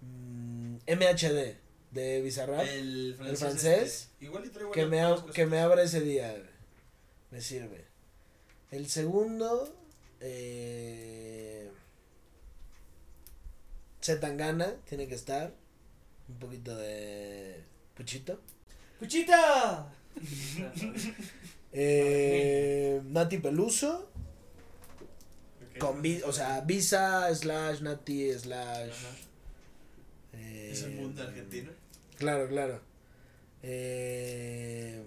Speaker 1: mm, MHD de Bizarrap.
Speaker 2: El francés.
Speaker 1: francés?
Speaker 2: este. Igual y traigo
Speaker 1: Que
Speaker 2: una-
Speaker 1: me,
Speaker 2: unas
Speaker 1: ab- que
Speaker 2: cosas.
Speaker 1: me abra ese día. güey. Me sirve. El segundo. Eh, Zetangana tiene que estar. Un poquito de. Puchito.
Speaker 3: ¡Puchita!
Speaker 1: Eh, Nati Peluso.
Speaker 2: Ok.
Speaker 1: Con vi- o sea, Visa slash Nati slash.
Speaker 2: Ajá.
Speaker 1: eh,
Speaker 2: Es el mundo argentino.
Speaker 1: Claro, claro. Eh,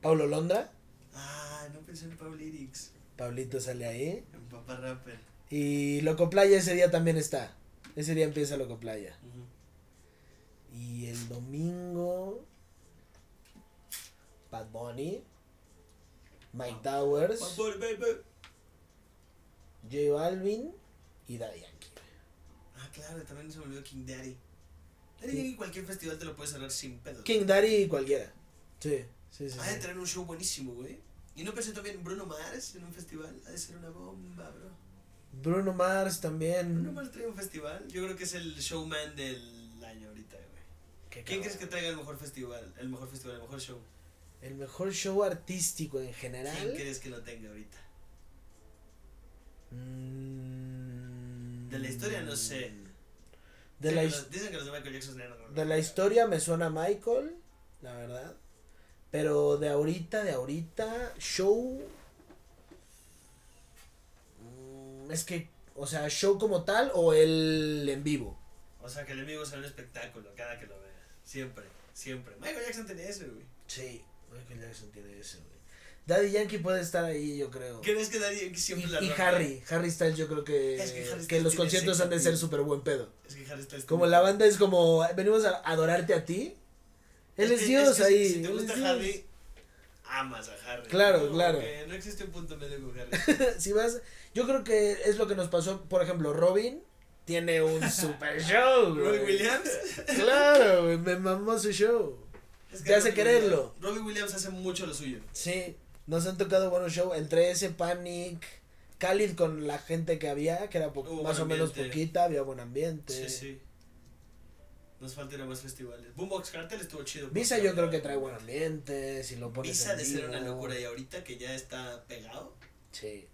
Speaker 1: Paulo Londra.
Speaker 2: Ah, no pensé en Paul Irix.
Speaker 1: Pablito sale ahí.
Speaker 2: En Papá Rapper.
Speaker 1: Y Loco Playa ese día también está. Ese día empieza Loco Playa. Y el domingo. Bad Bunny. Mike Towers.
Speaker 2: Bad Bunny, baby.
Speaker 1: J Balvin. Y Daddy Yankee.
Speaker 2: Ah, claro, también se me olvidó King Daddy. Daddy
Speaker 1: Sí.
Speaker 2: Yankee, cualquier festival te lo puedes cerrar sin pedo.
Speaker 1: King Daddy y cualquiera. Sí, sí, sí.
Speaker 2: Ha de
Speaker 1: sí.
Speaker 2: tener un show buenísimo, güey. Y no pensé también en Bruno Mars en un festival. Ha de ser una bomba, bro.
Speaker 1: Bruno Mars también.
Speaker 2: Bruno Mars trae un festival. Yo creo que es el showman del año ahorita, güey.
Speaker 1: Qué
Speaker 2: ¿Quién
Speaker 1: cabrón.
Speaker 2: crees que traiga el mejor festival? El mejor festival, el mejor show.
Speaker 1: El mejor show artístico en
Speaker 2: ¿Quién
Speaker 1: general.
Speaker 2: crees que lo tenga ahorita?
Speaker 1: Mm.
Speaker 2: De la historia no sé.
Speaker 1: De
Speaker 2: Dicen
Speaker 1: la
Speaker 2: que
Speaker 1: historia.
Speaker 2: los- Dicen que los de Michael Jackson eran horribles.
Speaker 1: De la historia me suena Michael, la verdad. Pero de ahorita, de ahorita, show. mm, Es que, o sea, show como tal o el en vivo.
Speaker 2: O sea, que el enemigo sea un espectáculo cada que lo vea. Siempre, siempre. Michael Jackson tenía eso, güey.
Speaker 1: Sí, Michael Jackson tiene ese, güey. Daddy Yankee puede estar ahí, yo creo.
Speaker 2: ¿Crees que Daddy Yankee
Speaker 1: Y,
Speaker 2: siempre la
Speaker 1: y
Speaker 2: rompe?
Speaker 1: Harry, Harry Styles, yo creo que,
Speaker 2: Es que Harry
Speaker 1: que
Speaker 2: Styles
Speaker 1: los
Speaker 2: tiene
Speaker 1: conciertos
Speaker 2: ese
Speaker 1: han de ser
Speaker 2: sentido.
Speaker 1: súper buen pedo.
Speaker 2: Es que Harry está... este
Speaker 1: Como la banda es como, venimos a adorarte a ti. Él es,
Speaker 2: que-
Speaker 1: Dios
Speaker 2: que
Speaker 1: ahí.
Speaker 2: Si, si te
Speaker 1: él es
Speaker 2: gusta
Speaker 1: Dios.
Speaker 2: Harry, amas a Harry.
Speaker 1: Claro,
Speaker 2: No,
Speaker 1: claro.
Speaker 2: que no existe un punto medio con
Speaker 1: (laughs)
Speaker 2: Harry.
Speaker 1: si vas, yo creo que es lo que nos pasó, por ejemplo, Robin tiene
Speaker 2: (laughs)
Speaker 1: un super show,
Speaker 2: Roy
Speaker 1: güey. (laughs)
Speaker 2: Williams.
Speaker 1: Claro, güey, me mamó su show.
Speaker 2: Es
Speaker 1: te hace
Speaker 2: Robbie
Speaker 1: quererlo.
Speaker 2: Williams- Robbie Williams hace mucho lo suyo.
Speaker 1: Sí, nos han tocado buenos shows. Entre ese Panic, Khalid con la gente que había, que era po-
Speaker 2: Hubo
Speaker 1: más
Speaker 2: buen
Speaker 1: o menos
Speaker 2: ambiente.
Speaker 1: poquita, había buen ambiente.
Speaker 2: Sí, sí. Nos falta ir a más festivales. Boombox Cartel estuvo chido.
Speaker 1: Visa
Speaker 2: porque-
Speaker 1: yo creo que trae buen ambiente, si lo pones
Speaker 2: Visa
Speaker 1: en
Speaker 2: de ser
Speaker 1: vivo.
Speaker 2: una locura y ahorita que ya está pegado.
Speaker 1: Sí.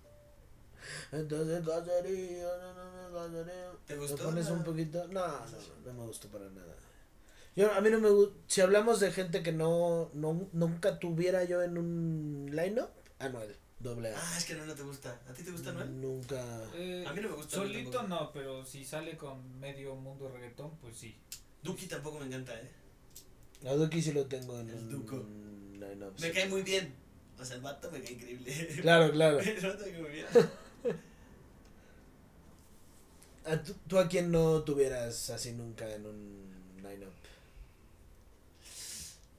Speaker 1: Entonces, caserío, no, no, no, caserío.
Speaker 2: ¿Te
Speaker 1: ¿Me
Speaker 2: gustó?
Speaker 1: pones
Speaker 2: No.
Speaker 1: un poquito? No, no, no, no me gustó para nada. Yo, a mí no me gusta. Si hablamos de gente que no, no nunca tuviera yo en un line-up, Anuel, doble A.
Speaker 2: Ah, es que no, no te gusta. ¿A ti te gusta, Noel?
Speaker 1: Nunca.
Speaker 3: Eh,
Speaker 2: A mí no me gusta.
Speaker 3: Solito
Speaker 2: tampoco.
Speaker 3: no, pero si sale con medio mundo reggaetón, pues sí.
Speaker 2: Duki tampoco me encanta, ¿eh?
Speaker 1: A Duki sí lo tengo en
Speaker 2: El
Speaker 1: un
Speaker 2: Duco.
Speaker 1: line-up,
Speaker 2: Me
Speaker 1: sí.
Speaker 2: cae muy bien. O sea, el vato me cae increíble.
Speaker 1: Claro, claro.
Speaker 2: El vato (laughs) me cae muy bien.
Speaker 1: ¿A tú, tú a quién no tuvieras así nunca en un line-up?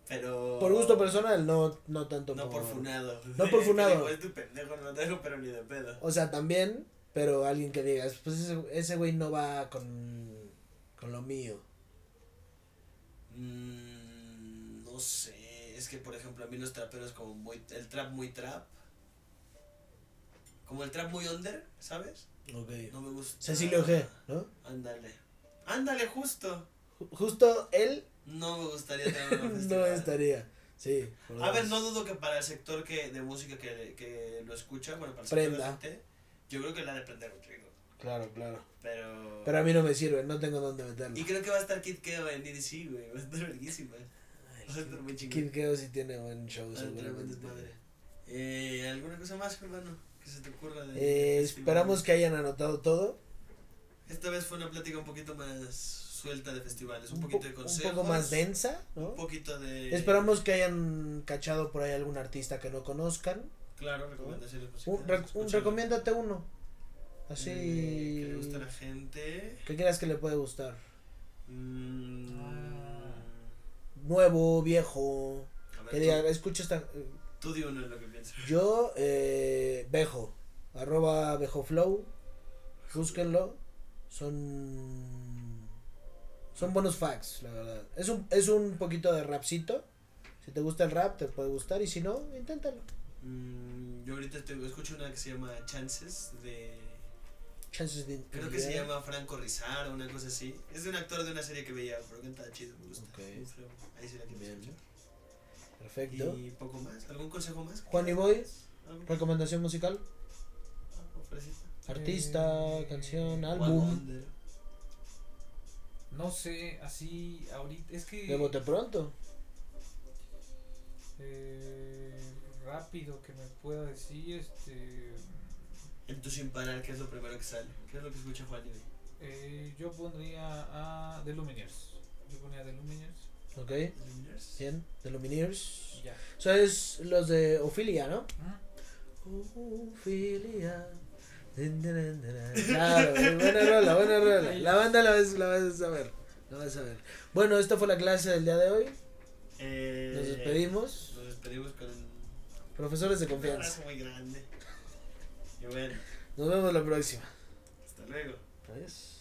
Speaker 2: Pero.
Speaker 1: Por gusto personal, no, no tanto
Speaker 2: No por funado.
Speaker 1: No por
Speaker 2: (laughs) Que
Speaker 1: funado.
Speaker 2: digo, Es tu pendejo, no te dejo, pero ni de pedo.
Speaker 1: O sea, también, pero alguien que digas, pues ese- ese güey no va con, con lo mío.
Speaker 2: Mm, no sé, es que por ejemplo a mí los traperos como muy, el trap muy trap, como el trap muy under, ¿sabes?
Speaker 1: Ok.
Speaker 2: No me gusta.
Speaker 1: Cecilio G, ¿no?
Speaker 2: Ándale, ándale justo.
Speaker 1: Ju- Justo él
Speaker 2: No me gustaría tener
Speaker 1: (laughs)
Speaker 2: una (laughs)
Speaker 1: no
Speaker 2: festividad.
Speaker 1: estaría. Sí. por lo
Speaker 2: A ver,
Speaker 1: menos.
Speaker 2: no dudo que para el sector que de música que, que lo escucha, bueno, para el
Speaker 1: Prenda.
Speaker 2: sector de la gente, yo creo que la de prender un trigo,
Speaker 1: Claro, claro.
Speaker 2: pero...
Speaker 1: Pero a mí no me sirve, no tengo dónde meterlo.
Speaker 2: Y creo que va a estar Kid Keo en EDC, güey, va a estar verguísima.
Speaker 1: Ay,
Speaker 2: Va a estar pues muy chingón.
Speaker 1: Kid Keo sí tiene buen show,
Speaker 2: Ah, tremendo
Speaker 1: Pues, seguramente.
Speaker 2: desmadre. Eh, ¿Alguna cosa más, hermano? Que se te ocurra. de-
Speaker 1: Eh,
Speaker 2: de
Speaker 1: esperamos
Speaker 2: festivales?
Speaker 1: que hayan anotado todo.
Speaker 2: Esta vez fue una plática un poquito más suelta de festivales, un,
Speaker 1: po-
Speaker 2: poquito de
Speaker 1: Un
Speaker 2: consejos.
Speaker 1: poco más densa,
Speaker 2: Un
Speaker 1: ¿no?
Speaker 2: poquito de.
Speaker 1: Esperamos que hayan cachado por ahí algún artista que no conozcan.
Speaker 2: Claro, recomendaciones musicales.
Speaker 1: Un, rec- un
Speaker 2: escuchar,
Speaker 1: recomiéndate uno.
Speaker 2: eh,
Speaker 1: Así.
Speaker 2: que le gusta a la gente.
Speaker 1: ¿Qué creas que le puede gustar?
Speaker 2: Mm,
Speaker 3: Ah.
Speaker 1: Nuevo, viejo.
Speaker 2: a ver,
Speaker 1: Que diga, escucha esta.
Speaker 2: tú, tú di uno en lo que piensas.
Speaker 1: Yo, eh, Bejo. Arroba Bejoflow. Búsquenlo. Son. Son buenos facts, la verdad. Es un, es un poquito de rapcito. Si te gusta el rap, te puede gustar. Y si no, inténtalo.
Speaker 2: Mm, yo ahorita estoy- escucho una que se llama Chances de.
Speaker 1: Chances de.
Speaker 2: Creo que se llama Franco Rizar o una cosa así. Es de un actor de una serie que veía, pero que está chido, me gusta.
Speaker 1: Ok.
Speaker 2: Ahí sí la quiero
Speaker 1: Bien.
Speaker 2: escuchar.
Speaker 1: Perfecto.
Speaker 2: Y poco más. ¿Algún Ah, consejo más?
Speaker 1: Juan y Boy,
Speaker 2: ¿Algo?
Speaker 1: recomendación musical.
Speaker 2: ¿Algo fresita?
Speaker 1: Artista,
Speaker 3: Eh,
Speaker 1: canción,
Speaker 2: One
Speaker 3: One
Speaker 1: álbum.
Speaker 2: Wonder.
Speaker 3: No sé, así ahorita es que
Speaker 1: De bote pronto.
Speaker 3: eh, rápido que me pueda decir este
Speaker 2: En tu sin parar, ¿qué es lo primero que sale? ¿Qué es lo que escucha Juan y hoy?
Speaker 3: eh, yo pondría a The Lumineers. Yo ponía The Lumineers
Speaker 1: Ok.
Speaker 2: Luminers.
Speaker 1: Bien. The
Speaker 3: y
Speaker 1: Lumineers.
Speaker 3: ya. ¿Mm?
Speaker 1: O sea, es los de Ofilia, ¿no?
Speaker 3: Ajá.
Speaker 1: Ofilia. Din, din, din, din. Claro, buena rola, buena rola. La banda la vas, la vas a saber. La vas a ver. Bueno, esta fue la clase del día de hoy.
Speaker 2: Eh,
Speaker 1: Nos despedimos.
Speaker 2: Nos despedimos con un
Speaker 1: Profesores de confianza.
Speaker 2: abrazo muy grande. Y bueno,
Speaker 1: Nos vemos la próxima.
Speaker 2: hasta luego.
Speaker 1: Adiós.